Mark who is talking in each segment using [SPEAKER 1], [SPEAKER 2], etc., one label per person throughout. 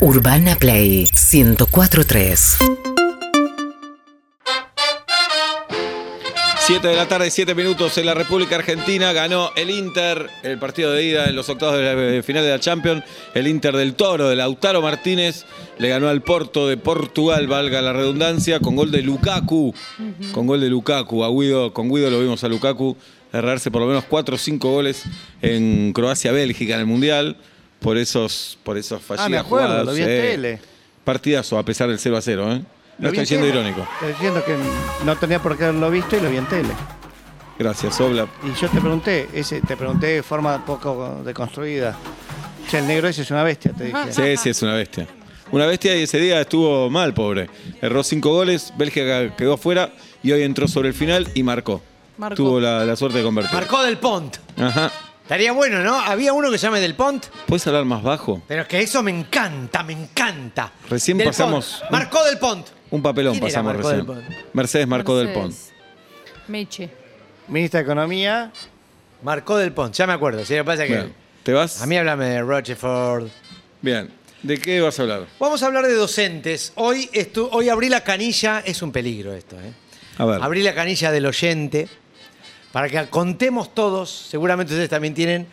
[SPEAKER 1] Urbana Play 1043.
[SPEAKER 2] 7 de la tarde, 7 minutos en la República Argentina. Ganó el Inter el partido de ida en los octavos de la de final de la Champions. El Inter del Toro, de Lautaro Martínez, le ganó al Porto de Portugal, valga la redundancia, con gol de Lukaku. Con gol de Lukaku. A Guido, con Guido lo vimos a Lukaku errarse por lo menos 4 o 5 goles en Croacia-Bélgica en el Mundial. Por esos, por esos fallidas
[SPEAKER 3] Ah, me acuerdo,
[SPEAKER 2] jugadas,
[SPEAKER 3] lo vi en
[SPEAKER 2] eh.
[SPEAKER 3] tele.
[SPEAKER 2] Partidazo, a pesar del 0 a 0. ¿eh? No
[SPEAKER 3] Lo vi
[SPEAKER 2] estoy
[SPEAKER 3] en
[SPEAKER 2] siendo
[SPEAKER 3] tele.
[SPEAKER 2] irónico.
[SPEAKER 3] Estoy diciendo que no tenía por qué haberlo visto y lo vi en tele.
[SPEAKER 2] Gracias, Obla.
[SPEAKER 3] Y yo te pregunté, ese, te pregunté de forma poco deconstruida. Che, el negro ese es una bestia, te dije.
[SPEAKER 2] Sí, sí, es una bestia. Una bestia y ese día estuvo mal, pobre. Erró cinco goles, Bélgica quedó fuera y hoy entró sobre el final y marcó.
[SPEAKER 4] Marcó.
[SPEAKER 2] Tuvo la, la suerte de convertir.
[SPEAKER 4] Marcó Del Pont.
[SPEAKER 2] Ajá.
[SPEAKER 4] Estaría bueno, ¿no? Había uno que se llame Del Pont,
[SPEAKER 2] ¿Puedes hablar más bajo?
[SPEAKER 4] pero es que eso me encanta, me encanta.
[SPEAKER 2] Recién
[SPEAKER 4] Del
[SPEAKER 2] pasamos-
[SPEAKER 4] Pont. Marcó Del Pont.
[SPEAKER 2] Un papelón
[SPEAKER 4] ¿Quién era
[SPEAKER 2] pasamos
[SPEAKER 4] Marcó
[SPEAKER 2] recién.
[SPEAKER 4] Del
[SPEAKER 2] Mercedes marcó
[SPEAKER 5] Mercedes. Meche.
[SPEAKER 3] Ministra de Economía,
[SPEAKER 4] Marcó Del Pont, ya me acuerdo. Si lo que pasa
[SPEAKER 2] del Pont.
[SPEAKER 4] es
[SPEAKER 2] Bien.
[SPEAKER 4] que
[SPEAKER 2] ¿Te vas?
[SPEAKER 4] a mí háblame de Rocheford.
[SPEAKER 2] Bien. ¿De qué vas a hablar?
[SPEAKER 4] Vamos a hablar de docentes. Hoy, estu- hoy abrí la canilla, es un peligro esto, ¿eh?
[SPEAKER 2] A ver.
[SPEAKER 4] Abrí la canilla del oyente para que contemos todos, seguramente ustedes también tienen,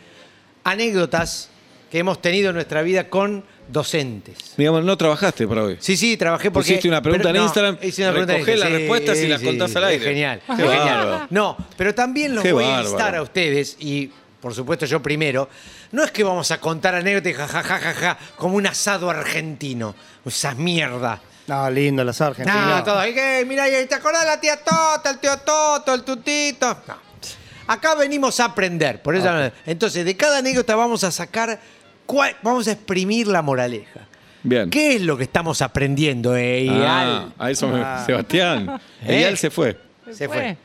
[SPEAKER 4] anécdotas que hemos tenido en nuestra vida con docentes.
[SPEAKER 2] Digamos, no trabajaste para hoy.
[SPEAKER 4] Sí, sí, trabajé porque...
[SPEAKER 2] Pusiste una pregunta en Instagram,
[SPEAKER 4] hice una pregunta en
[SPEAKER 2] recogés
[SPEAKER 4] Instagram.
[SPEAKER 2] las respuestas y las contás al
[SPEAKER 4] es
[SPEAKER 2] aire.
[SPEAKER 4] Genial,
[SPEAKER 2] Qué
[SPEAKER 4] es genial.
[SPEAKER 2] bárbaro.
[SPEAKER 4] No, pero también los
[SPEAKER 2] Qué
[SPEAKER 4] voy a
[SPEAKER 2] bárbaro.
[SPEAKER 4] instar a ustedes y... Por supuesto, yo primero. No es que vamos a contar anécdotas, jajajaja, como un asado argentino. Esas mierdas.
[SPEAKER 3] no, lindo, las argentinas.
[SPEAKER 4] No, todo. Y que, mira, y ¿te acordás de la tía Tota, el tío Toto, el tutito? No. Acá venimos a aprender. Por eso, Entonces, de cada anécdota vamos a sacar, cuál- vamos a exprimir la moraleja.
[SPEAKER 2] Bien.
[SPEAKER 4] ¿Qué es lo que estamos aprendiendo, eh,
[SPEAKER 2] Ah,
[SPEAKER 4] Eyal?
[SPEAKER 2] a eso me-
[SPEAKER 3] Ah.
[SPEAKER 2] Sebastián.
[SPEAKER 4] ¿Eh?
[SPEAKER 2] Eyal se fue.
[SPEAKER 4] Se fue.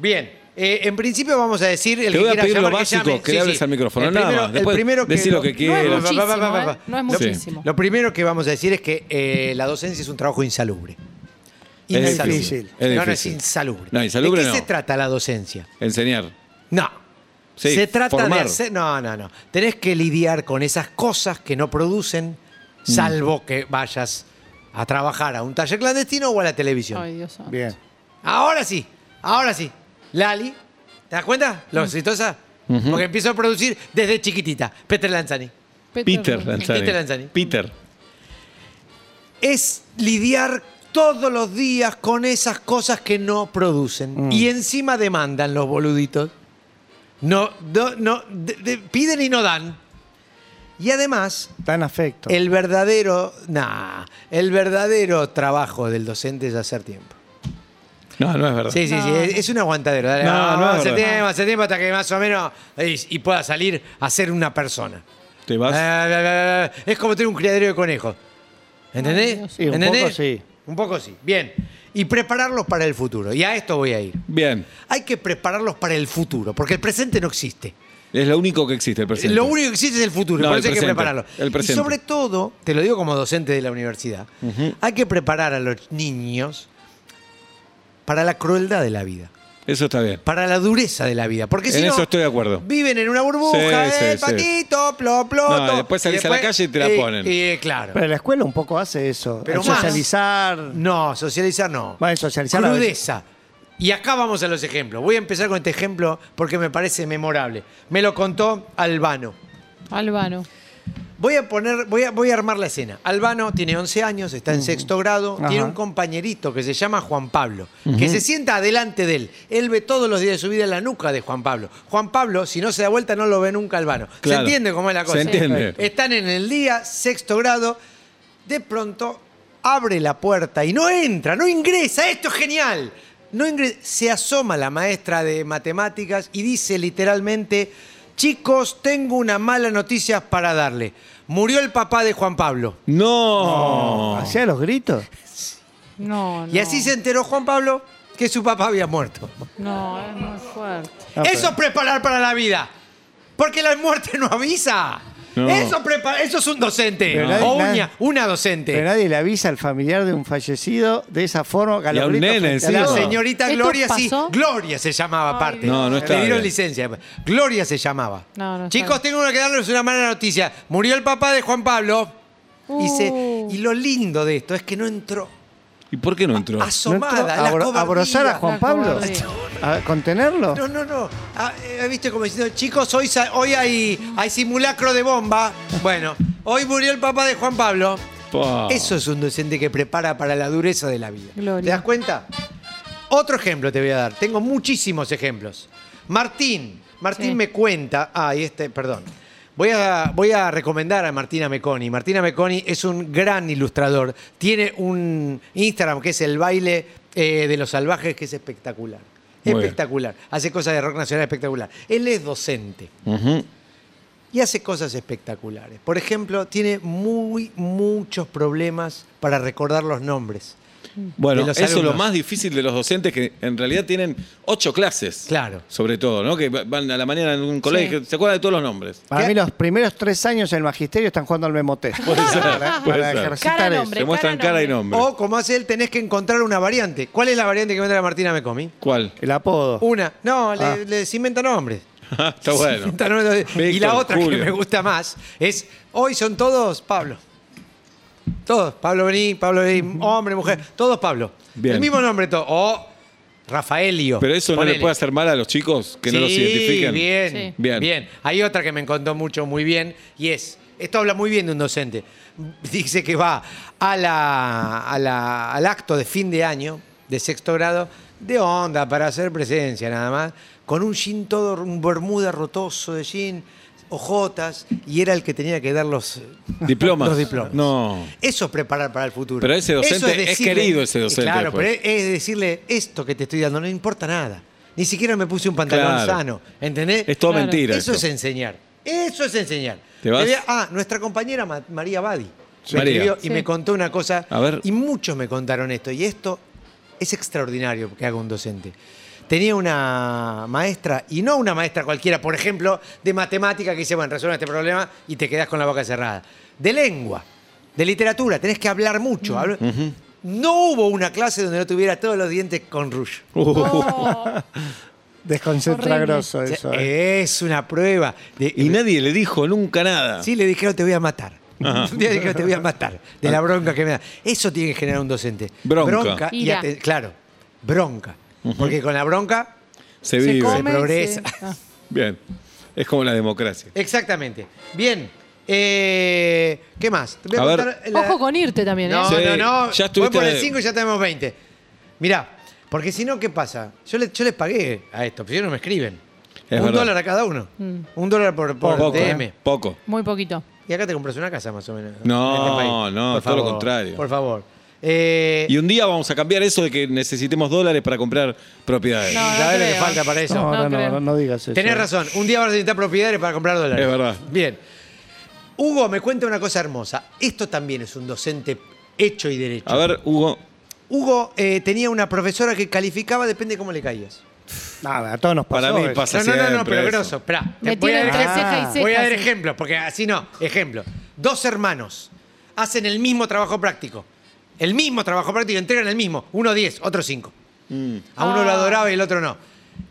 [SPEAKER 4] Bien. eh, en principio vamos a decir
[SPEAKER 2] Te
[SPEAKER 4] el que
[SPEAKER 2] voy a
[SPEAKER 4] quiera
[SPEAKER 2] pedir lo
[SPEAKER 4] llamar, que
[SPEAKER 2] básico,
[SPEAKER 4] llame.
[SPEAKER 2] que le hables al micrófono,
[SPEAKER 4] el
[SPEAKER 2] nada
[SPEAKER 4] primero,
[SPEAKER 2] más.
[SPEAKER 4] el
[SPEAKER 2] Después
[SPEAKER 4] primero que
[SPEAKER 2] decí lo que
[SPEAKER 5] No es
[SPEAKER 2] Quiero-
[SPEAKER 5] muchísimo,
[SPEAKER 4] Va, va, va, va,
[SPEAKER 5] ¿eh? No es
[SPEAKER 2] Sí.
[SPEAKER 5] muchísimo.
[SPEAKER 4] Lo primero que vamos a decir es que eh, la docencia es un trabajo insalubre.
[SPEAKER 2] Es
[SPEAKER 4] Insalubre.
[SPEAKER 3] difícil.
[SPEAKER 2] Es
[SPEAKER 4] No, no es
[SPEAKER 2] difícil.
[SPEAKER 4] insalubre.
[SPEAKER 2] No, insalubre
[SPEAKER 4] ¿De qué
[SPEAKER 2] no.
[SPEAKER 4] se trata la docencia?
[SPEAKER 2] Enseñar.
[SPEAKER 4] No.
[SPEAKER 2] Sí,
[SPEAKER 4] se trata
[SPEAKER 2] formar.
[SPEAKER 4] de hacer. No, no, no. Tenés que lidiar con esas cosas que no producen, salvo que vayas a trabajar a un taller clandestino o a la televisión.
[SPEAKER 5] Ay, Dios santo.
[SPEAKER 3] Bien.
[SPEAKER 4] Ahora sí, ahora sí. Lali, ¿te das cuenta? Lo exitosa. Porque empiezo a producir desde chiquitita. Peter Lanzani.
[SPEAKER 2] Peter
[SPEAKER 5] Lanzani.
[SPEAKER 2] Lanzani.
[SPEAKER 4] Peter Lanzani.
[SPEAKER 2] Peter.
[SPEAKER 4] es lidiar todos los días con esas cosas que no producen.
[SPEAKER 2] Mm.
[SPEAKER 4] Y encima demandan los boluditos. No, no, no, de- de- piden y no dan. Y además,
[SPEAKER 3] Tan afecto.
[SPEAKER 4] el verdadero, nah, el verdadero trabajo del docente es hacer tiempo.
[SPEAKER 2] No, no es verdad.
[SPEAKER 4] Sí, sí, sí, es es un aguantadero. Dale,
[SPEAKER 2] No,
[SPEAKER 4] vamos,
[SPEAKER 2] no es
[SPEAKER 4] hace
[SPEAKER 2] verdad.
[SPEAKER 4] tiempo, hace tiempo hasta que más o menos y, y pueda salir a ser una persona.
[SPEAKER 2] Te vas.
[SPEAKER 4] Ah, bla, bla, bla, bla. Es como tener un criadero de conejos.
[SPEAKER 5] Ay,
[SPEAKER 4] ¿Entendés?
[SPEAKER 5] Dios.
[SPEAKER 3] Sí, un
[SPEAKER 4] ¿Entendés?
[SPEAKER 3] poco sí.
[SPEAKER 4] Un poco sí. Bien. Y prepararlos para el futuro. Y a esto voy a ir.
[SPEAKER 2] Bien.
[SPEAKER 4] Hay que prepararlos para el futuro, porque el presente no existe.
[SPEAKER 2] Es lo único que existe el presente.
[SPEAKER 4] Lo único que existe es el futuro,
[SPEAKER 2] No,
[SPEAKER 4] por
[SPEAKER 2] el
[SPEAKER 4] eso hay que
[SPEAKER 2] presente,
[SPEAKER 4] prepararlo.
[SPEAKER 2] el
[SPEAKER 4] y
[SPEAKER 2] presente.
[SPEAKER 4] sobre todo, te lo digo como docente de la universidad, hay que preparar a los niños para la crueldad de la vida
[SPEAKER 2] Eso está bien.
[SPEAKER 4] para la dureza de la vida. Porque si
[SPEAKER 2] En
[SPEAKER 4] no,
[SPEAKER 2] eso estoy de acuerdo.
[SPEAKER 4] Viven en una burbuja,
[SPEAKER 2] Sí, sí,
[SPEAKER 4] eh,
[SPEAKER 2] sí.
[SPEAKER 4] patito, plo, plo.
[SPEAKER 2] No, y
[SPEAKER 4] to.
[SPEAKER 2] después salís a la calle y te la ponen.
[SPEAKER 4] Y, eh, claro.
[SPEAKER 3] Pero la escuela un poco hace eso.
[SPEAKER 4] Pero
[SPEAKER 3] El
[SPEAKER 4] más.
[SPEAKER 3] socializar.
[SPEAKER 4] No, socializar no.
[SPEAKER 3] Bueno, socializar a veces.
[SPEAKER 4] Crudeza. Y acá vamos a los ejemplos. Voy a empezar con este ejemplo porque me parece memorable. Me lo contó Albano.
[SPEAKER 5] Albano.
[SPEAKER 4] Voy a poner, voy a, voy a armar la escena. Albano tiene 11 años, está en sexto grado,
[SPEAKER 3] Ajá.
[SPEAKER 4] tiene un compañerito que se llama Juan Pablo, que se sienta adelante de él. Él ve todos los días de su vida la nuca de Juan Pablo. Juan Pablo, si no se da vuelta, no lo ve nunca Albano. ¿Se
[SPEAKER 2] Claro.
[SPEAKER 4] entiende cómo es la
[SPEAKER 2] Se
[SPEAKER 4] cosa?
[SPEAKER 2] entiende.
[SPEAKER 4] Están en el día, sexto grado, de pronto abre la puerta y no entra, no ingresa, esto es genial. No ingresa. Se asoma la maestra de matemáticas y dice literalmente, chicos, tengo una mala noticia para darle. Murió el papá de Juan Pablo.
[SPEAKER 2] No.
[SPEAKER 3] ¿Hacía los gritos?
[SPEAKER 5] No, no.
[SPEAKER 4] Y así se enteró Juan Pablo que su papá había muerto.
[SPEAKER 5] No, es muy fuerte.
[SPEAKER 3] Ah,
[SPEAKER 4] eso
[SPEAKER 3] pero-
[SPEAKER 4] es preparar para la vida. Porque la muerte no avisa.
[SPEAKER 2] No.
[SPEAKER 4] Eso, prepa- eso es un docente.
[SPEAKER 3] Pero nadie-
[SPEAKER 4] o una,
[SPEAKER 3] nadie-
[SPEAKER 4] una docente.
[SPEAKER 3] Pero nadie le avisa al familiar de un fallecido de esa forma.
[SPEAKER 2] Y a un
[SPEAKER 3] galobrito
[SPEAKER 2] nene
[SPEAKER 3] frente a la
[SPEAKER 4] La
[SPEAKER 2] encima.
[SPEAKER 3] otra.
[SPEAKER 4] señorita
[SPEAKER 5] ¿Esto
[SPEAKER 4] Gloria sí.
[SPEAKER 5] pasó?
[SPEAKER 4] Gloria se llamaba aparte.
[SPEAKER 2] No, no está
[SPEAKER 4] Le dieron
[SPEAKER 2] bien.
[SPEAKER 4] licencia. Gloria se llamaba.
[SPEAKER 5] No, no está
[SPEAKER 4] Chicos,
[SPEAKER 5] bien.
[SPEAKER 4] tengo que darles una mala noticia. Murió el papá de Juan Pablo. Y, se-
[SPEAKER 5] Uh.
[SPEAKER 4] y lo lindo de esto es que no entró
[SPEAKER 2] ¿Y por qué no entró?
[SPEAKER 4] asomada.
[SPEAKER 3] ¿No
[SPEAKER 4] la
[SPEAKER 3] entró a, abro-
[SPEAKER 4] cobardía.
[SPEAKER 3] a abrazar a Juan
[SPEAKER 5] la
[SPEAKER 3] Pablo?
[SPEAKER 5] cobardía.
[SPEAKER 3] ¿A contenerlo?
[SPEAKER 4] No, no, no. Ah, eh, ¿Viste como diciendo, chicos, hoy, sa- hoy hay, hay simulacro de bomba? Bueno, hoy murió el papá de Juan Pablo.
[SPEAKER 2] Pa.
[SPEAKER 4] Eso es un docente que prepara para la dureza de la vida.
[SPEAKER 5] Gloria.
[SPEAKER 4] ¿Te das cuenta? Otro ejemplo te voy a dar. Tengo muchísimos ejemplos. Martín. Martín
[SPEAKER 5] Sí.
[SPEAKER 4] me cuenta. Ah, y este, perdón. Voy a, voy a recomendar a Martina Meconi. Martina Meconi es un gran ilustrador. Tiene un Instagram que es el baile eh, de los salvajes, que es espectacular.
[SPEAKER 2] Muy bien.
[SPEAKER 4] espectacular. Hace cosas de rock nacional espectacular. Él es docente
[SPEAKER 2] Ujú.
[SPEAKER 4] y hace cosas espectaculares. Por ejemplo, tiene muy, muchos problemas para recordar los nombres.
[SPEAKER 2] Bueno,
[SPEAKER 4] de los
[SPEAKER 2] eso es lo
[SPEAKER 4] alumnos.
[SPEAKER 2] más difícil de los docentes que en realidad tienen ocho clases.
[SPEAKER 4] Claro.
[SPEAKER 2] Sobre todo, ¿no? Que va- van a la mañana en un colegio, se acuerdan de todos los nombres.
[SPEAKER 3] Para
[SPEAKER 4] ¿Qué?
[SPEAKER 3] mí los primeros tres años del magisterio están jugando al memotés. para
[SPEAKER 2] puede
[SPEAKER 3] para
[SPEAKER 2] ser.
[SPEAKER 5] Cara
[SPEAKER 3] ejercitar
[SPEAKER 5] al
[SPEAKER 3] eso.
[SPEAKER 5] hombre.
[SPEAKER 2] se muestran
[SPEAKER 5] cara,
[SPEAKER 2] cara y nombre.
[SPEAKER 4] O, como hace él, tenés que encontrar una variante. ¿Cuál es la variante que me trae Martina Mecomi?
[SPEAKER 2] ¿Cuál?
[SPEAKER 3] El apodo.
[SPEAKER 4] Una. No, le-
[SPEAKER 3] Ah.
[SPEAKER 4] les inventa nombres.
[SPEAKER 2] Ah, Está bueno.
[SPEAKER 4] Inventa nombres. y
[SPEAKER 2] Víctor,
[SPEAKER 4] la otra
[SPEAKER 2] Julio.
[SPEAKER 4] que me gusta más es, hoy son todos Pablo. Todos. Pablo Bení, Pablo Bení, hombre, mujer. Todos Pablo.
[SPEAKER 2] Bien.
[SPEAKER 4] El mismo nombre todo. O Rafaelio.
[SPEAKER 2] Pero eso no
[SPEAKER 4] Ponele.
[SPEAKER 2] le puede hacer mal a los chicos que no los
[SPEAKER 4] Sí,
[SPEAKER 2] identifiquen.
[SPEAKER 4] Bien,
[SPEAKER 5] Sí.
[SPEAKER 2] Bien.
[SPEAKER 4] bien. Hay otra que me encontró mucho, muy bien, y es, esto habla muy bien de un docente, dice que va a la- a la- al acto de fin de año, de sexto grado, de onda, para hacer presencia nada más, con un jean todo, un bermuda rotoso de jean, ojotas, y era el que tenía que dar los...
[SPEAKER 2] Diplomas.
[SPEAKER 4] Los diplomas.
[SPEAKER 2] No.
[SPEAKER 4] Eso es preparar para el futuro.
[SPEAKER 2] Pero ese docente
[SPEAKER 4] Eso
[SPEAKER 2] es querido, ese docente
[SPEAKER 4] Claro,
[SPEAKER 2] después.
[SPEAKER 4] pero es es decirle esto que te estoy dando, no importa nada. Ni siquiera me puse un pantalón
[SPEAKER 2] Claro.
[SPEAKER 4] sano. ¿Entendés?
[SPEAKER 2] Es todo
[SPEAKER 5] Claro.
[SPEAKER 2] mentira.
[SPEAKER 4] Eso es
[SPEAKER 2] esto.
[SPEAKER 4] enseñar. Eso es enseñar.
[SPEAKER 2] ¿Te vas?
[SPEAKER 4] Había- Ah, nuestra compañera Ma- María Badi
[SPEAKER 2] Sí.
[SPEAKER 4] me
[SPEAKER 2] María.
[SPEAKER 4] escribió y
[SPEAKER 5] Sí.
[SPEAKER 4] me contó una cosa.
[SPEAKER 2] A ver.
[SPEAKER 4] Y muchos me contaron esto. Y esto es extraordinario que haga un docente. Tenía una maestra, y no una maestra cualquiera, por ejemplo, de matemática que dice, bueno, resuelve este problema y te quedás con la boca cerrada. De lengua, de literatura, tenés que hablar mucho. habla- No hubo una clase donde no tuviera todos los dientes con rush.
[SPEAKER 2] Uh,
[SPEAKER 5] No.
[SPEAKER 3] Desconcentra
[SPEAKER 5] Horrible.
[SPEAKER 3] grosso eso. eh.
[SPEAKER 4] Es una prueba. de-
[SPEAKER 2] Y nadie le dijo nunca nada.
[SPEAKER 4] Sí, le dijeron te voy a matar. Un día le dijeron te voy a matar. De la bronca que me da. Eso tiene que generar un docente.
[SPEAKER 2] Bronca.
[SPEAKER 4] y
[SPEAKER 5] Ira.
[SPEAKER 4] ate- claro, bronca. Porque con la bronca
[SPEAKER 2] Se
[SPEAKER 5] Se
[SPEAKER 2] vive.
[SPEAKER 5] come,
[SPEAKER 4] progresa.
[SPEAKER 5] se- ah.
[SPEAKER 2] Bien. Es como la democracia.
[SPEAKER 4] Exactamente. Bien. Eh, ¿Qué más? Te voy
[SPEAKER 2] A ver.
[SPEAKER 4] contar la-
[SPEAKER 5] Ojo con irte también, ¿eh?
[SPEAKER 4] No,
[SPEAKER 2] Sí,
[SPEAKER 4] no, no.
[SPEAKER 2] ya estuviste-
[SPEAKER 4] Voy por el 5 y ya tenemos 20. Mirá, porque si no, ¿qué pasa? Yo, le- yo les pagué a esto, pero ellos no me escriben.
[SPEAKER 2] Es
[SPEAKER 4] un
[SPEAKER 2] verdad.
[SPEAKER 4] dólar a cada uno.
[SPEAKER 5] Mm.
[SPEAKER 4] Un dólar por, por
[SPEAKER 2] Poco.
[SPEAKER 4] DM.
[SPEAKER 2] ¿eh? Poco.
[SPEAKER 5] Muy poquito.
[SPEAKER 4] Y acá te compras una casa más o menos.
[SPEAKER 2] No,
[SPEAKER 4] en este país.
[SPEAKER 2] no,
[SPEAKER 4] Por
[SPEAKER 2] todo lo
[SPEAKER 4] favor,
[SPEAKER 2] contrario.
[SPEAKER 4] Por favor. Eh,
[SPEAKER 2] Y un día vamos a cambiar eso de que necesitemos dólares para comprar propiedades.
[SPEAKER 5] No,
[SPEAKER 4] ¿sabés lo que
[SPEAKER 5] creo.
[SPEAKER 4] falta para eso?
[SPEAKER 3] No,
[SPEAKER 5] No
[SPEAKER 3] no, no,
[SPEAKER 5] creo.
[SPEAKER 3] no, no digas eso.
[SPEAKER 4] Tenés razón. Un día vas a necesitar propiedades para comprar dólares.
[SPEAKER 2] Es verdad.
[SPEAKER 4] Bien. Hugo me cuenta una cosa hermosa. Esto también es un docente hecho y derecho.
[SPEAKER 2] A ver, Hugo.
[SPEAKER 4] Hugo eh, tenía una profesora que calificaba, depende cómo le caías.
[SPEAKER 3] Nada, a todos nos pasó
[SPEAKER 2] Para mí
[SPEAKER 3] eso.
[SPEAKER 2] pasa
[SPEAKER 4] No, no, no, no,
[SPEAKER 2] siempre
[SPEAKER 4] pero
[SPEAKER 2] eso.
[SPEAKER 4] grosso. Esperá. Te
[SPEAKER 5] Me
[SPEAKER 4] voy a
[SPEAKER 5] tiene
[SPEAKER 4] dar
[SPEAKER 5] entre
[SPEAKER 4] ejemplos.
[SPEAKER 5] ceja y
[SPEAKER 3] Ah,
[SPEAKER 5] ceja.
[SPEAKER 4] Voy a dar
[SPEAKER 5] sí.
[SPEAKER 4] ejemplos, porque así no. Ejemplo. Dos hermanos hacen el mismo trabajo práctico. El mismo trabajo práctico, entregan el mismo. Uno 10, otro 5.
[SPEAKER 2] Mm.
[SPEAKER 4] A uno lo
[SPEAKER 5] Ah.
[SPEAKER 4] adoraba y el otro no.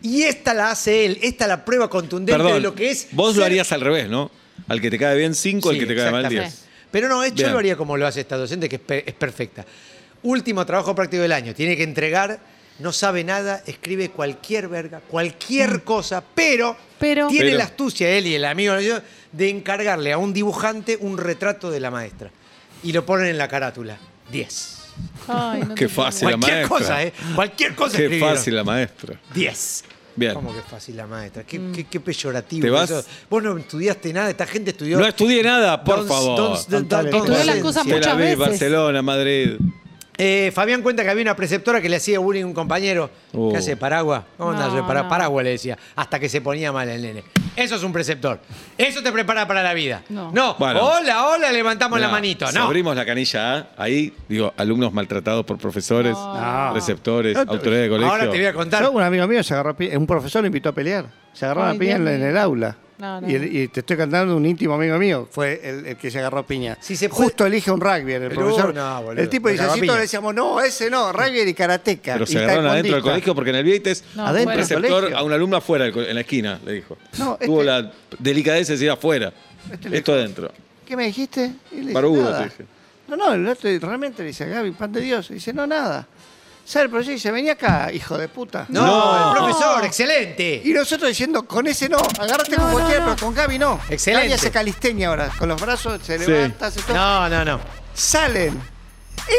[SPEAKER 4] Y esta la hace él, esta la prueba contundente
[SPEAKER 2] Perdón.
[SPEAKER 4] de lo que es.
[SPEAKER 2] Vos lo
[SPEAKER 4] ser-
[SPEAKER 2] harías al revés, ¿no? Al que te cae bien 5, al
[SPEAKER 4] Sí,
[SPEAKER 2] que te cae mal
[SPEAKER 4] exactamente.
[SPEAKER 2] 10.
[SPEAKER 4] Pero no, yo
[SPEAKER 2] Bien.
[SPEAKER 4] lo haría como lo hace esta docente, que es, pe- es perfecta. Último trabajo práctico del año. Tiene que entregar, no sabe nada, escribe cualquier verga, cualquier cosa, Mm. pero,
[SPEAKER 5] Pero-
[SPEAKER 4] tiene
[SPEAKER 2] Pero.
[SPEAKER 4] la astucia él y el amigo yo, de encargarle a un dibujante un retrato de la maestra. Y lo ponen en la carátula. 10.
[SPEAKER 5] Ay, no
[SPEAKER 2] Qué
[SPEAKER 5] te puedo
[SPEAKER 2] fácil. Sí, la
[SPEAKER 4] Cualquier
[SPEAKER 2] maestra.
[SPEAKER 4] cosa, ¿eh? Cualquier cosa
[SPEAKER 2] Qué
[SPEAKER 4] escribieron.
[SPEAKER 2] fácil la maestra.
[SPEAKER 4] 10.
[SPEAKER 2] Bien.
[SPEAKER 4] ¿Cómo que fácil la maestra? Qué,
[SPEAKER 5] Mm.
[SPEAKER 4] qué- qué peyorativo.
[SPEAKER 2] ¿Te vas?
[SPEAKER 4] eso. Vos no estudiaste nada, esta gente estudió.
[SPEAKER 2] No estudié nada, por
[SPEAKER 4] Don't-
[SPEAKER 2] favor.
[SPEAKER 4] don't- don't-
[SPEAKER 3] Contale,
[SPEAKER 4] don't-
[SPEAKER 3] Estudió
[SPEAKER 5] las cosas
[SPEAKER 2] Tel
[SPEAKER 5] muchas
[SPEAKER 2] Aviv,
[SPEAKER 5] veces.
[SPEAKER 2] Barcelona, Madrid.
[SPEAKER 4] Eh, Fabián cuenta que había una preceptora que le hacía bullying a un compañero.
[SPEAKER 2] Oh.
[SPEAKER 4] ¿Qué hace? Paraguas. ¿Cómo andás?
[SPEAKER 5] No,
[SPEAKER 4] Para-
[SPEAKER 5] no.
[SPEAKER 4] Paraguas le decía. Hasta que se ponía mal el nene. Eso es un preceptor. Eso te prepara para la vida.
[SPEAKER 5] No.
[SPEAKER 4] No.
[SPEAKER 2] Bueno.
[SPEAKER 4] hola, hola, levantamos
[SPEAKER 2] Mirá,
[SPEAKER 4] la manito.
[SPEAKER 2] si
[SPEAKER 4] No.
[SPEAKER 2] abrimos la canilla A, ahí, digo, alumnos maltratados por profesores,
[SPEAKER 5] No.
[SPEAKER 2] receptores,
[SPEAKER 3] No te-
[SPEAKER 2] autoridades de colegio.
[SPEAKER 4] Ahora te voy a contar.
[SPEAKER 3] Yo, un amigo mío se agarró, a pi- un profesor lo invitó a pelear. Se agarró
[SPEAKER 5] Ay,
[SPEAKER 3] a piña en,
[SPEAKER 5] Dios
[SPEAKER 3] en
[SPEAKER 5] mío.
[SPEAKER 3] el aula.
[SPEAKER 5] No, no,
[SPEAKER 3] y, el- y te estoy cantando un íntimo amigo mío, fue el, el que se agarró a piña.
[SPEAKER 4] Si se puede-
[SPEAKER 3] Justo elige un rugby el
[SPEAKER 4] Pero,
[SPEAKER 3] profesor.
[SPEAKER 4] no, boludo, pues
[SPEAKER 3] el tipo
[SPEAKER 4] se
[SPEAKER 3] dice,
[SPEAKER 4] agarró a
[SPEAKER 3] así
[SPEAKER 4] piña.
[SPEAKER 3] todos le decíamos, no, ese no, rugby y karateca.
[SPEAKER 2] Pero
[SPEAKER 3] y
[SPEAKER 2] se agarraron adentro del
[SPEAKER 3] taekwondista".
[SPEAKER 2] colegio porque en el Vieites,
[SPEAKER 5] No,
[SPEAKER 2] un
[SPEAKER 5] fuera.
[SPEAKER 2] preceptor
[SPEAKER 3] colegio.
[SPEAKER 2] a un alumno afuera, del co- en la esquina, le dijo.
[SPEAKER 3] No,
[SPEAKER 2] Tuvo
[SPEAKER 3] este-
[SPEAKER 2] la delicadeza de decir afuera.
[SPEAKER 3] Este le
[SPEAKER 2] Esto adentro.
[SPEAKER 3] ¿Qué ¿qué me dijiste? Y le dice,
[SPEAKER 2] Barbudo,
[SPEAKER 3] nada.
[SPEAKER 2] te dije.
[SPEAKER 3] No, no, el otro realmente le dice, Gaby, pan de Dios. Y dice, no, nada. Sale el profesor y dice, vení acá, hijo de puta.
[SPEAKER 4] No,
[SPEAKER 2] No.
[SPEAKER 4] el profesor, excelente.
[SPEAKER 3] Y nosotros diciendo, con ese no, agárrate con cualquiera, pero con Gaby no.
[SPEAKER 4] Excelente.
[SPEAKER 3] Gaby hace calistenia ahora, con los brazos se
[SPEAKER 2] Sí.
[SPEAKER 3] levanta, hace todo.
[SPEAKER 4] No, no, no.
[SPEAKER 3] Salen.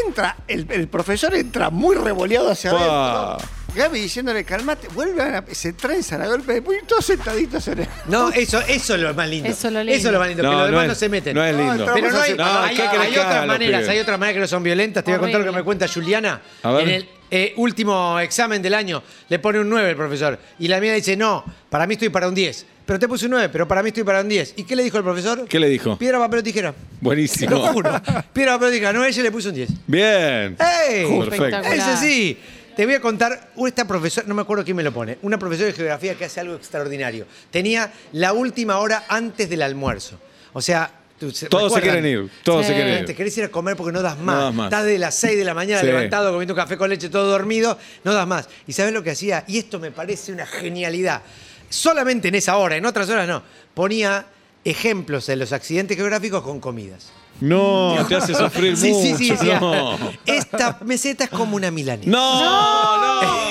[SPEAKER 3] Entra, el, el profesor entra muy revoleado hacia
[SPEAKER 2] Fua.
[SPEAKER 3] adentro. Gaby diciéndole, calmate, vuelvan a. Se trenzan a golpe de puño, todos sentaditos en el.
[SPEAKER 4] No, eso, eso es lo más lindo.
[SPEAKER 5] Eso es lo lindo.
[SPEAKER 4] Eso es lo más lindo, que los demás
[SPEAKER 2] es-
[SPEAKER 4] no se meten.
[SPEAKER 2] No es
[SPEAKER 3] No,
[SPEAKER 2] lindo.
[SPEAKER 3] está
[SPEAKER 4] Pero no hay,
[SPEAKER 3] No,
[SPEAKER 4] hay,
[SPEAKER 2] ¿qué querés
[SPEAKER 4] hay
[SPEAKER 2] que haga
[SPEAKER 4] otras
[SPEAKER 2] los
[SPEAKER 4] maneras,
[SPEAKER 2] pibes?
[SPEAKER 4] hay otras maneras que no son violentas. Te voy a contar lo que
[SPEAKER 5] Horrible.
[SPEAKER 4] me cuenta Juliana.
[SPEAKER 2] A ver.
[SPEAKER 4] En el eh, último examen del año le pone un 9 el profesor. Y la mía dice, no, para mí estoy para un 10. Pero te puse un 9, pero para mí estoy para un 10. ¿Y qué le dijo el profesor?
[SPEAKER 2] ¿Qué le dijo?
[SPEAKER 4] Piedra, papel o tijera. Te
[SPEAKER 2] Buenísimo.
[SPEAKER 4] Lo juro. Piedra, papel o tijera. No, ella le puso un 10.
[SPEAKER 2] Bien.
[SPEAKER 4] ¡Ey!
[SPEAKER 2] Perfecto.
[SPEAKER 5] Espectacular.
[SPEAKER 4] Ese sí. Te voy a contar, esta profesora, no me acuerdo quién me lo pone, una profesora de geografía que hace algo extraordinario. Tenía la última hora antes del almuerzo. O sea, tú-
[SPEAKER 2] Todos se
[SPEAKER 4] ¿recuerdan? Eh.
[SPEAKER 2] quieren ir. Todos se
[SPEAKER 5] Sí.
[SPEAKER 2] quieren
[SPEAKER 4] Te
[SPEAKER 2] ir.
[SPEAKER 4] querés ir a comer porque no das más.
[SPEAKER 2] das más.
[SPEAKER 4] Estás de las 6 de la mañana
[SPEAKER 2] Sí.
[SPEAKER 4] levantado, comiendo un café con leche, todo dormido, no das más. ¿Y sabes lo que hacía? Y esto me parece una genialidad. Solamente en esa hora, en otras horas no. Ponía ejemplos de los accidentes geográficos con comidas.
[SPEAKER 2] No, te hace sufrir
[SPEAKER 4] Sí,
[SPEAKER 2] mucho.
[SPEAKER 4] sí, sí, decía,
[SPEAKER 2] No.
[SPEAKER 4] Esta meseta es como una milanesa.
[SPEAKER 2] No, no.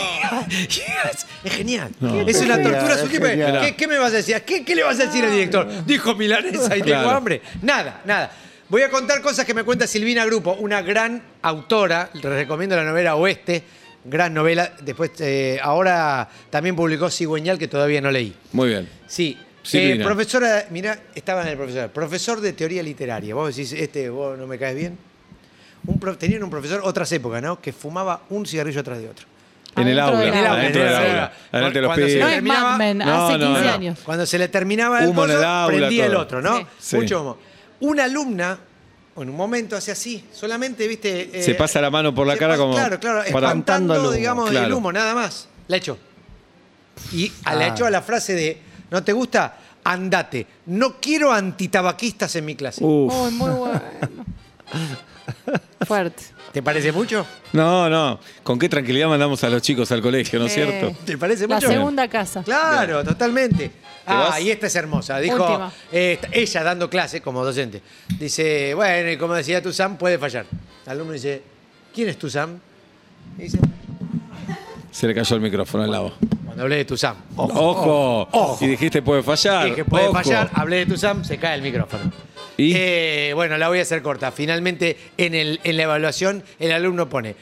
[SPEAKER 4] Yes, Es genial.
[SPEAKER 2] No.
[SPEAKER 4] Es una
[SPEAKER 3] Genial,
[SPEAKER 4] tortura.
[SPEAKER 3] es
[SPEAKER 4] Suki, ¿me-
[SPEAKER 3] genial.
[SPEAKER 4] ¿Qué, qué me vas a decir? ¿Qué, qué le vas a decir al director? Dijo milanesa y
[SPEAKER 2] Ah. Claro.
[SPEAKER 4] tengo hambre. Nada, nada. Voy a contar cosas que me cuenta Silvina Grupo, una gran autora. Les recomiendo la novela Oeste, gran novela. Después, eh, ahora también publicó Cigüeñal, que todavía no leí.
[SPEAKER 2] Muy bien.
[SPEAKER 4] Sí.
[SPEAKER 2] Silvina.
[SPEAKER 4] Eh, profesora, mira, estaba en el profesor. Profesor de teoría literaria. Vos decís, este, vos no me caes bien. Un pro- tenían un profesor, otras épocas, ¿no? Que fumaba un cigarrillo atrás de otro.
[SPEAKER 2] En el
[SPEAKER 5] Adentro
[SPEAKER 2] aula.
[SPEAKER 5] del aula.
[SPEAKER 2] Adentro del aula. Adelante de los
[SPEAKER 4] Cuando se
[SPEAKER 5] No
[SPEAKER 2] pibes.
[SPEAKER 5] es Mad Men,
[SPEAKER 2] No,
[SPEAKER 5] hace
[SPEAKER 2] no,
[SPEAKER 5] 15
[SPEAKER 2] no.
[SPEAKER 5] años.
[SPEAKER 4] Cuando se le terminaba el
[SPEAKER 2] Humo en el
[SPEAKER 4] coso,
[SPEAKER 2] aula,
[SPEAKER 4] prendía el
[SPEAKER 2] todo.
[SPEAKER 4] otro, ¿no?
[SPEAKER 2] Sí.
[SPEAKER 4] Mucho humo. Una alumna, en un momento hace así, solamente, viste... eh,
[SPEAKER 2] Se pasa la mano por la
[SPEAKER 4] se
[SPEAKER 2] cara
[SPEAKER 4] pasa-
[SPEAKER 2] como
[SPEAKER 4] Claro, claro,
[SPEAKER 2] para-
[SPEAKER 4] espantando,
[SPEAKER 3] Espantando el humo,
[SPEAKER 4] digamos, el
[SPEAKER 2] claro.
[SPEAKER 4] humo, nada más. La echó. Y a la
[SPEAKER 3] Ah.
[SPEAKER 4] echó a la frase de, ¿no te gusta? Andate. No quiero antitabaquistas en mi clase.
[SPEAKER 2] Uf.
[SPEAKER 5] Uy, muy bueno. Fuerte.
[SPEAKER 4] ¿Te parece mucho?
[SPEAKER 2] No, no. Con qué tranquilidad mandamos a los chicos al colegio, ¿no es
[SPEAKER 5] Eh.
[SPEAKER 2] cierto?
[SPEAKER 4] ¿Te parece
[SPEAKER 5] La
[SPEAKER 4] mucho?
[SPEAKER 5] segunda casa.
[SPEAKER 4] Claro, totalmente. Ah,
[SPEAKER 2] vas?
[SPEAKER 4] y esta es hermosa. Dijo
[SPEAKER 5] Última.
[SPEAKER 4] eh, esta- ella dando clase como docente. Dice, bueno, y como decía tu Sam, puede fallar. El alumno dice, ¿quién es tu Sam? Y dice,
[SPEAKER 2] Se le cayó el micrófono al lado.
[SPEAKER 4] cuando hablé de tu Sam. Ojo.
[SPEAKER 2] Ojo.
[SPEAKER 4] Ojo.
[SPEAKER 2] Y dijiste puede fallar.
[SPEAKER 4] Dije, puede
[SPEAKER 2] Ojo.
[SPEAKER 4] fallar, hablé de tu Sam, se cae el micrófono.
[SPEAKER 2] ¿Y?
[SPEAKER 4] Eh, bueno, la voy a hacer corta. Finalmente, en, el, en la evaluación, el alumno pone,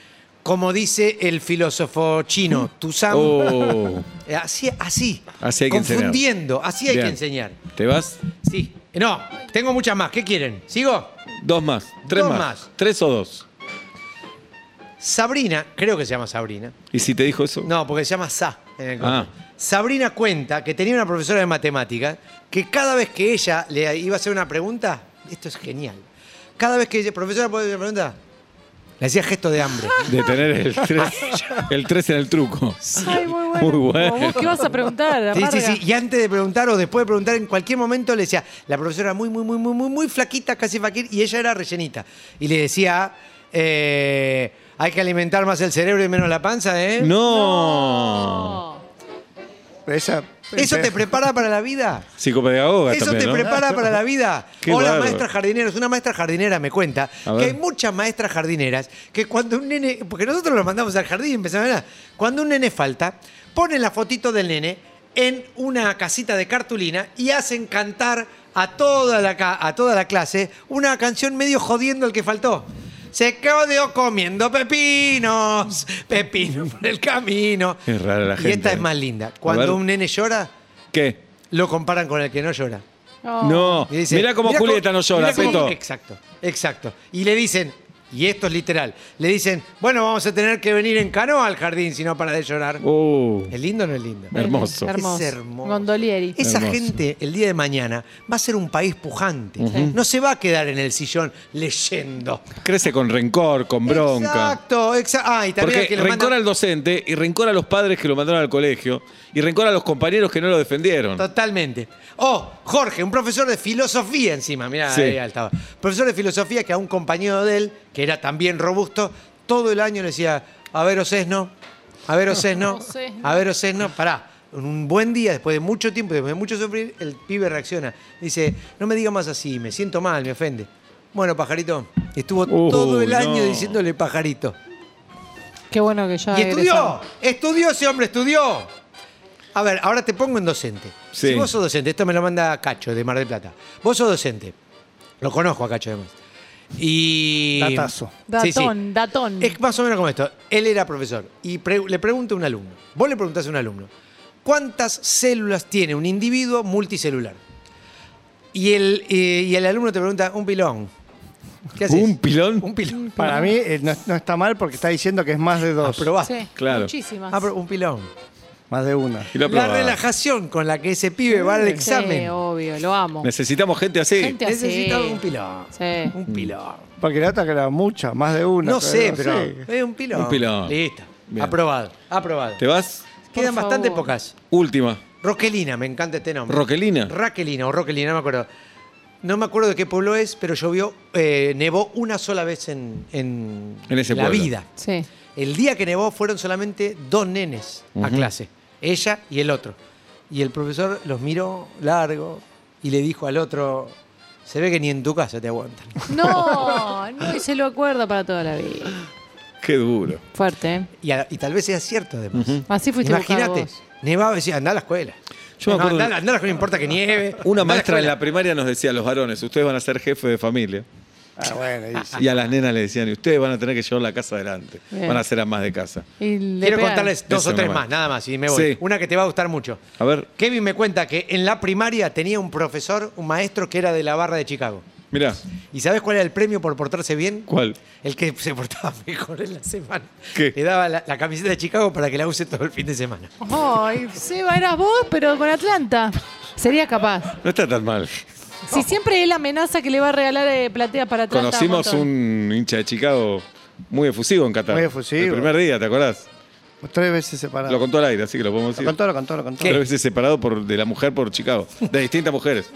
[SPEAKER 4] como dice el filósofo chino, tu Sam.
[SPEAKER 2] Oh.
[SPEAKER 4] Eh, Así, así.
[SPEAKER 2] Así hay que enseñar.
[SPEAKER 4] Confundiendo, así hay
[SPEAKER 2] Bien.
[SPEAKER 4] que enseñar.
[SPEAKER 2] ¿Te vas?
[SPEAKER 4] Sí. Eh, No, tengo muchas más. ¿Qué quieren? ¿Sigo?
[SPEAKER 2] Dos más. Tres
[SPEAKER 4] Dos
[SPEAKER 2] más.
[SPEAKER 4] más.
[SPEAKER 2] Tres o dos.
[SPEAKER 4] Sabrina, creo que se llama Sabrina.
[SPEAKER 2] ¿Y si te dijo eso?
[SPEAKER 4] No, porque se llama Sa en el
[SPEAKER 2] Ah.
[SPEAKER 4] correo. Sabrina cuenta que tenía una profesora de matemáticas que cada vez que ella le iba a hacer una pregunta, esto es genial. Cada vez que ella, profesora, ¿puedo hacer una pregunta? Le hacía gesto de hambre.
[SPEAKER 2] De tener el tres, el tres en el truco.
[SPEAKER 5] Ay, muy bueno.
[SPEAKER 2] Muy bueno.
[SPEAKER 5] ¿Vos qué vas a preguntar?
[SPEAKER 4] Sí, sí,
[SPEAKER 5] amarga?
[SPEAKER 4] sí. Y antes de preguntar o después de preguntar, en cualquier momento le decía, la profesora muy, muy, muy, muy, muy, muy flaquita, casi faquir, y ella era rellenita. Y le decía, eh, hay que alimentar más el cerebro y menos la panza, ¿eh?
[SPEAKER 2] No.
[SPEAKER 3] Esa-
[SPEAKER 4] ¿Eso te prepara para la vida?
[SPEAKER 2] Psicopedagoga
[SPEAKER 4] Eso
[SPEAKER 2] también,
[SPEAKER 4] te
[SPEAKER 2] ¿no?
[SPEAKER 4] prepara para la vida.
[SPEAKER 2] Qué
[SPEAKER 4] Hola,
[SPEAKER 2] bárbaro.
[SPEAKER 4] maestras jardineras. Una maestra jardinera me cuenta
[SPEAKER 2] A
[SPEAKER 4] que
[SPEAKER 2] ver.
[SPEAKER 4] hay muchas maestras jardineras que cuando un nene. Porque nosotros lo mandamos al jardín y empezamos a ver. Cuando un nene falta, ponen la fotito del nene en una casita de cartulina y hacen cantar a toda la, ca- a toda la clase una canción medio jodiendo al que faltó. Se quedó comiendo pepinos, pepino por el camino.
[SPEAKER 2] Es rara la
[SPEAKER 4] Y
[SPEAKER 2] gente,
[SPEAKER 4] esta
[SPEAKER 2] ¿eh?
[SPEAKER 4] es más linda.
[SPEAKER 2] A ver.
[SPEAKER 4] Cuando un nene llora,
[SPEAKER 2] ¿Qué?
[SPEAKER 4] lo comparan con el que no llora.
[SPEAKER 5] Oh.
[SPEAKER 2] No.
[SPEAKER 4] Y dice,
[SPEAKER 2] mirá cómo Julieta no llora,
[SPEAKER 4] mirá cómo-
[SPEAKER 2] Peto.
[SPEAKER 4] Exacto, exacto. Y le dicen, y esto es literal, le dicen, bueno, vamos a tener que venir en canoa al jardín si no para de llorar.
[SPEAKER 2] Oh.
[SPEAKER 4] ¿Es lindo o no es lindo?
[SPEAKER 2] Hermoso.
[SPEAKER 5] Hermoso.
[SPEAKER 4] Es hermoso.
[SPEAKER 5] Gondolieri.
[SPEAKER 4] Esa
[SPEAKER 2] Hermoso.
[SPEAKER 4] gente el día de mañana va a ser un país pujante. No se va a quedar en el sillón leyendo.
[SPEAKER 2] Crece con rencor, con bronca.
[SPEAKER 4] Exacto, exacto. Ah, y también
[SPEAKER 2] Porque
[SPEAKER 4] el que lo
[SPEAKER 2] rencor
[SPEAKER 4] manda-
[SPEAKER 2] al docente y rencor a los padres que lo mandaron al colegio y rencor a los compañeros que no lo defendieron.
[SPEAKER 4] Totalmente. Oh, Jorge, un profesor de filosofía encima, mirá,
[SPEAKER 2] Sí.
[SPEAKER 4] ahí estaba. Profesor de filosofía que a un compañero de él, que era también robusto, todo el año le decía, a ver Ocesno, a ver Ocesno,
[SPEAKER 5] Ocesno.
[SPEAKER 4] a ver Ocesno, pará. en un buen día, después de mucho tiempo, después de mucho sufrir, el pibe reacciona. Dice, no me diga más así, me siento mal, me ofende. Bueno, pajarito, estuvo
[SPEAKER 2] Uh,
[SPEAKER 4] todo el año
[SPEAKER 2] no.
[SPEAKER 4] diciéndole pajarito.
[SPEAKER 5] Qué bueno que ya.
[SPEAKER 4] Y estudió,
[SPEAKER 5] egresaron.
[SPEAKER 4] estudió ese hombre, estudió. A ver, ahora te pongo en docente.
[SPEAKER 2] Sí.
[SPEAKER 4] Si vos sos docente, esto me lo manda Cacho de Mar del Plata. Vos sos docente. Lo conozco a Cacho además. Y.
[SPEAKER 3] Datazo.
[SPEAKER 4] Sí, sí.
[SPEAKER 5] Datón, datón.
[SPEAKER 4] Es más o menos como esto. Él era profesor y pre- le pregunta a un alumno. Vos le preguntás a un alumno, ¿cuántas células tiene un individuo multicelular? Y el, eh, y el alumno te pregunta, un pilón. ¿Qué haces?
[SPEAKER 2] ¿Un pilón?
[SPEAKER 4] Un pilón.
[SPEAKER 3] Para mí eh, no, no está mal porque está diciendo que es más de dos,
[SPEAKER 4] Aprobá.
[SPEAKER 5] Sí,
[SPEAKER 2] Claro.
[SPEAKER 5] Muchísimas.
[SPEAKER 4] Apro- Ah, un pilón.
[SPEAKER 3] más de una.
[SPEAKER 2] Y lo
[SPEAKER 4] La
[SPEAKER 2] aprobaba.
[SPEAKER 4] relajación con la que ese pibe va al
[SPEAKER 5] Sí,
[SPEAKER 4] examen.
[SPEAKER 5] obvio, lo amo.
[SPEAKER 2] Necesitamos gente así.
[SPEAKER 5] Gente así.
[SPEAKER 4] Necesita un pilón.
[SPEAKER 5] Sí.
[SPEAKER 4] Un pilón.
[SPEAKER 3] Porque la otra que era mucha, más de una.
[SPEAKER 4] No sé, pero
[SPEAKER 3] sí.
[SPEAKER 4] es un pilón.
[SPEAKER 2] Un pilón.
[SPEAKER 4] Listo.
[SPEAKER 2] Bien.
[SPEAKER 4] Aprobado. Aprobado.
[SPEAKER 2] ¿Te vas?
[SPEAKER 4] Quedan
[SPEAKER 5] Por
[SPEAKER 4] bastante
[SPEAKER 5] favor.
[SPEAKER 4] pocas.
[SPEAKER 2] Última.
[SPEAKER 4] Roquelina, me encanta este nombre.
[SPEAKER 2] ¿Roquelina?
[SPEAKER 4] Raquelina o Roquelina, no me acuerdo. No me acuerdo de qué pueblo es, pero llovió, eh, nevó una sola vez en, en
[SPEAKER 2] En ese
[SPEAKER 4] la
[SPEAKER 2] pueblo.
[SPEAKER 4] vida.
[SPEAKER 5] Sí.
[SPEAKER 4] El día que nevó fueron solamente dos nenes a
[SPEAKER 2] Ujú.
[SPEAKER 4] clase, ella y el otro. Y el profesor los miró largo y le dijo al otro, se ve que ni en tu casa te aguantan.
[SPEAKER 5] No, no, y se lo acuerda para toda la vida.
[SPEAKER 2] Qué duro.
[SPEAKER 5] Fuerte, ¿eh?
[SPEAKER 4] Y, a- y tal vez sea cierto además.
[SPEAKER 5] Así fuiste
[SPEAKER 4] Imagínate,
[SPEAKER 5] buscado
[SPEAKER 4] nevaba y decía, andá a la escuela.
[SPEAKER 2] Yo me
[SPEAKER 4] no,
[SPEAKER 2] acuerdo
[SPEAKER 4] andá,
[SPEAKER 2] de-
[SPEAKER 4] andá a la escuela, no importa que nieve.
[SPEAKER 2] Una
[SPEAKER 4] andá a
[SPEAKER 2] maestra en
[SPEAKER 4] escuela".
[SPEAKER 2] la primaria nos decía a los varones, ustedes van a ser jefe de familia.
[SPEAKER 3] Ah, bueno, y sí.
[SPEAKER 2] Y a las nenas le decían, y ustedes van a tener que llevar la casa adelante.
[SPEAKER 5] Bien.
[SPEAKER 2] Van a ser amas de casa.
[SPEAKER 5] vos. Y le
[SPEAKER 4] Quiero
[SPEAKER 5] pegaron.
[SPEAKER 4] contarles dos
[SPEAKER 2] Eso
[SPEAKER 4] o tres
[SPEAKER 2] nomás.
[SPEAKER 4] más, nada más, y me voy.
[SPEAKER 2] Sí.
[SPEAKER 4] Una que te va a gustar mucho.
[SPEAKER 2] A ver,
[SPEAKER 4] Kevin me cuenta que en la primaria tenía un profesor, un maestro que era de la barra de Chicago.
[SPEAKER 2] mirá,
[SPEAKER 4] ¿Y sabes cuál era el premio por portarse bien?
[SPEAKER 2] ¿cuál?
[SPEAKER 4] El que se portaba mejor en la semana.
[SPEAKER 2] ¿Qué?
[SPEAKER 4] Le daba la, la camiseta de Chicago para que la use todo el fin de semana.
[SPEAKER 5] Ay, Seba, eras vos, pero con Atlanta. Serías capaz.
[SPEAKER 2] No está tan mal.
[SPEAKER 5] Si siempre él amenaza que le va a regalar eh, plateas para Atlanta.
[SPEAKER 2] Conocimos
[SPEAKER 5] montón.
[SPEAKER 2] un hincha de Chicago muy efusivo en Qatar.
[SPEAKER 3] Muy efusivo.
[SPEAKER 2] El primer día, ¿te acordás?
[SPEAKER 4] Ah.
[SPEAKER 3] Tres veces separado.
[SPEAKER 2] Lo contó al aire, así que lo podemos
[SPEAKER 3] Lo
[SPEAKER 2] decir.
[SPEAKER 3] contó, lo contó, lo contó.
[SPEAKER 2] Tres veces separado por, de la mujer por Chicago. De distintas mujeres.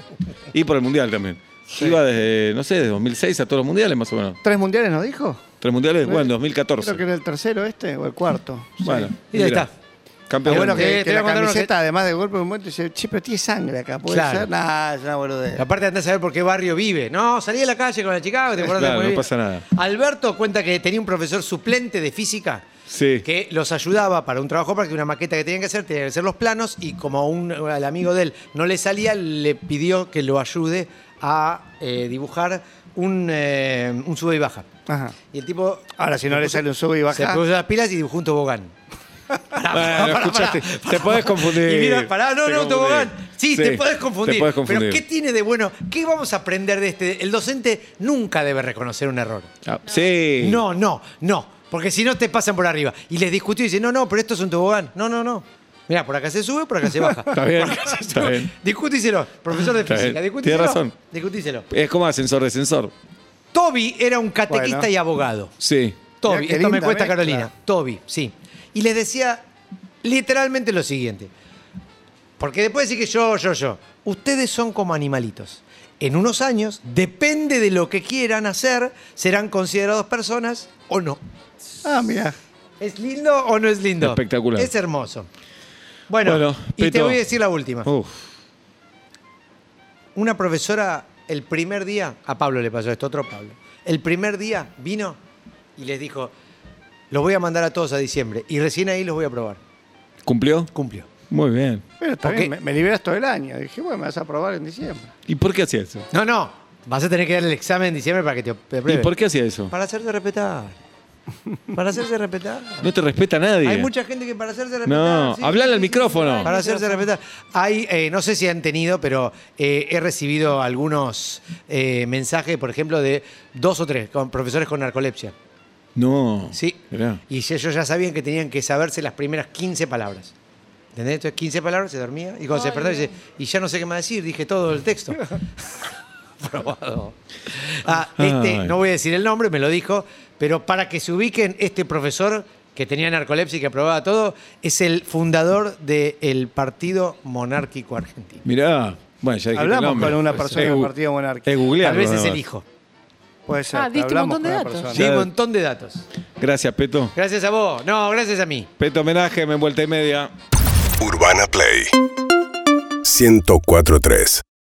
[SPEAKER 2] Y por el Mundial también. Iba desde, no sé, desde 2006 a todos los mundiales más o menos.
[SPEAKER 3] ¿Tres mundiales nos dijo?
[SPEAKER 2] Tres mundiales, bueno, en
[SPEAKER 3] Creo
[SPEAKER 2] 2014.
[SPEAKER 3] que era el tercero este o el cuarto.
[SPEAKER 2] Bueno,
[SPEAKER 4] Y ahí
[SPEAKER 2] mirá.
[SPEAKER 4] está.
[SPEAKER 2] Campeón.
[SPEAKER 3] Pero bueno,
[SPEAKER 4] Eh,
[SPEAKER 3] que,
[SPEAKER 4] te
[SPEAKER 3] que
[SPEAKER 4] voy a
[SPEAKER 3] la
[SPEAKER 4] contar uno
[SPEAKER 3] camiseta, además de golpe de un momento, dice, che, pero tiene sangre acá, ¿puede
[SPEAKER 4] Claro.
[SPEAKER 3] ser? Nah, es una boludez.
[SPEAKER 4] Aparte andás a saber por qué barrio vive. No, salí a la calle con la Chicago, te portaste
[SPEAKER 2] Claro,
[SPEAKER 4] muy
[SPEAKER 2] no
[SPEAKER 4] bien.
[SPEAKER 2] pasa nada.
[SPEAKER 4] Alberto cuenta que tenía un profesor suplente de física
[SPEAKER 2] Sí.
[SPEAKER 4] que los ayudaba para un trabajo práctico, una maqueta que tenían que hacer, tenían que hacer los planos y como un, al amigo de él no le salía, le pidió que lo ayude a eh, dibujar un, eh, un sube y baja.
[SPEAKER 3] Ajá.
[SPEAKER 4] Y el tipo...
[SPEAKER 3] Ahora, si no
[SPEAKER 4] se
[SPEAKER 3] le
[SPEAKER 4] puso-
[SPEAKER 3] sale un sube y
[SPEAKER 4] Se
[SPEAKER 3] baja.
[SPEAKER 4] puso las pilas y dibujó un tobogán.
[SPEAKER 2] Bueno, escuchaste, te podés confundir.
[SPEAKER 4] Y mira, pará, no,
[SPEAKER 2] Te
[SPEAKER 4] no,
[SPEAKER 2] confundís.
[SPEAKER 4] tobogán. Sí, te podés confundir.
[SPEAKER 2] Te podés confundir.
[SPEAKER 4] Pero ¿qué tiene de bueno? ¿Qué vamos a aprender de este? El docente nunca debe reconocer un error.
[SPEAKER 2] Ah, Sí.
[SPEAKER 4] No, no, no. Porque si no te pasan por arriba. Y les discutió y dicen, no, no, pero esto es un tobogán. No, no, no. Mira, por acá se sube, por acá se baja.
[SPEAKER 2] Está bien,
[SPEAKER 4] Por acá se
[SPEAKER 2] está
[SPEAKER 4] sube.
[SPEAKER 2] bien.
[SPEAKER 4] Discutíselo, profesor de
[SPEAKER 2] Está bien.
[SPEAKER 4] física.
[SPEAKER 2] Tiene
[SPEAKER 4] Discutíselo.
[SPEAKER 2] razón.
[SPEAKER 4] Discutíselo.
[SPEAKER 2] Es como ascensor descensor.
[SPEAKER 4] Toby era un catequista
[SPEAKER 3] Bueno.
[SPEAKER 4] y abogado.
[SPEAKER 2] Sí.
[SPEAKER 4] Toby,
[SPEAKER 3] Mirá qué
[SPEAKER 4] esto me
[SPEAKER 3] linda
[SPEAKER 4] cuesta
[SPEAKER 3] mezcla.
[SPEAKER 4] Carolina. Toby, sí. Y les decía literalmente lo siguiente. Porque después decir que yo, yo, yo. Ustedes son como animalitos. En unos años, depende de lo que quieran hacer, serán considerados personas o no.
[SPEAKER 3] Ah, mira.
[SPEAKER 4] ¿Es lindo o no es lindo?
[SPEAKER 2] Espectacular.
[SPEAKER 4] Es hermoso. Bueno,
[SPEAKER 2] Bueno,
[SPEAKER 4] y te
[SPEAKER 2] Pito.
[SPEAKER 4] voy a decir la última.
[SPEAKER 2] Uf.
[SPEAKER 4] Una profesora, el primer día, a Pablo le pasó esto, otro Pablo. El primer día vino y les dijo: Los voy a mandar a todos a diciembre y recién ahí los voy a probar.
[SPEAKER 2] ¿Cumplió?
[SPEAKER 4] Cumplió.
[SPEAKER 2] Muy bien.
[SPEAKER 3] Pero está
[SPEAKER 4] Ok.
[SPEAKER 3] bien, me, me liberas todo el año. Dije, bueno, me vas a probar en diciembre.
[SPEAKER 2] ¿Y por qué hacía eso?
[SPEAKER 4] No, no, vas a tener que dar el examen en diciembre para que te op- te
[SPEAKER 2] ¿Y
[SPEAKER 4] aprueben.
[SPEAKER 2] por qué hacía eso?
[SPEAKER 4] Para hacerte respetar. Para hacerse respetar.
[SPEAKER 2] No te respeta nadie.
[SPEAKER 4] Hay mucha gente que para hacerse respetar.
[SPEAKER 2] No, hablale al micrófono.
[SPEAKER 4] Para hacerse respetar. Hay, eh, no sé si han tenido, pero eh, he recibido algunos eh, mensajes, por ejemplo, de dos o tres con profesores con narcolepsia.
[SPEAKER 2] No.
[SPEAKER 4] Sí.
[SPEAKER 2] Mirá.
[SPEAKER 4] Y si ellos ya sabían que tenían que saberse las primeras 15 palabras. ¿Entendés? Entonces, 15 palabras, se dormía y cuando se despertó, dice, y ya no sé qué más decir, dije todo el texto. Probado. Ah, este,
[SPEAKER 2] Ay.
[SPEAKER 4] no voy a decir el nombre, me lo dijo, pero para que se ubiquen, este profesor que tenía narcolepsia y que aprobaba todo, es el fundador del Partido Monárquico Argentino.
[SPEAKER 2] Mirá. Bueno, ya dijiste el
[SPEAKER 3] Hablamos
[SPEAKER 2] nombre.
[SPEAKER 3] con una
[SPEAKER 2] Pues,
[SPEAKER 3] persona
[SPEAKER 2] es
[SPEAKER 3] del
[SPEAKER 2] gu-
[SPEAKER 3] partido monárquico.
[SPEAKER 2] Es googlearlo
[SPEAKER 4] Tal vez
[SPEAKER 2] nada
[SPEAKER 4] es el
[SPEAKER 2] más.
[SPEAKER 4] hijo.
[SPEAKER 3] Puede ser.
[SPEAKER 5] Ah,
[SPEAKER 3] pero
[SPEAKER 5] diste un
[SPEAKER 3] hablamos
[SPEAKER 5] montón de
[SPEAKER 3] con una
[SPEAKER 5] datos.
[SPEAKER 3] persona.
[SPEAKER 4] Sí, un montón de datos.
[SPEAKER 2] Gracias, Peto.
[SPEAKER 4] Gracias a vos. No, gracias a mí.
[SPEAKER 2] Peto homenaje, me envuelta y media.
[SPEAKER 6] Urbana Play 1043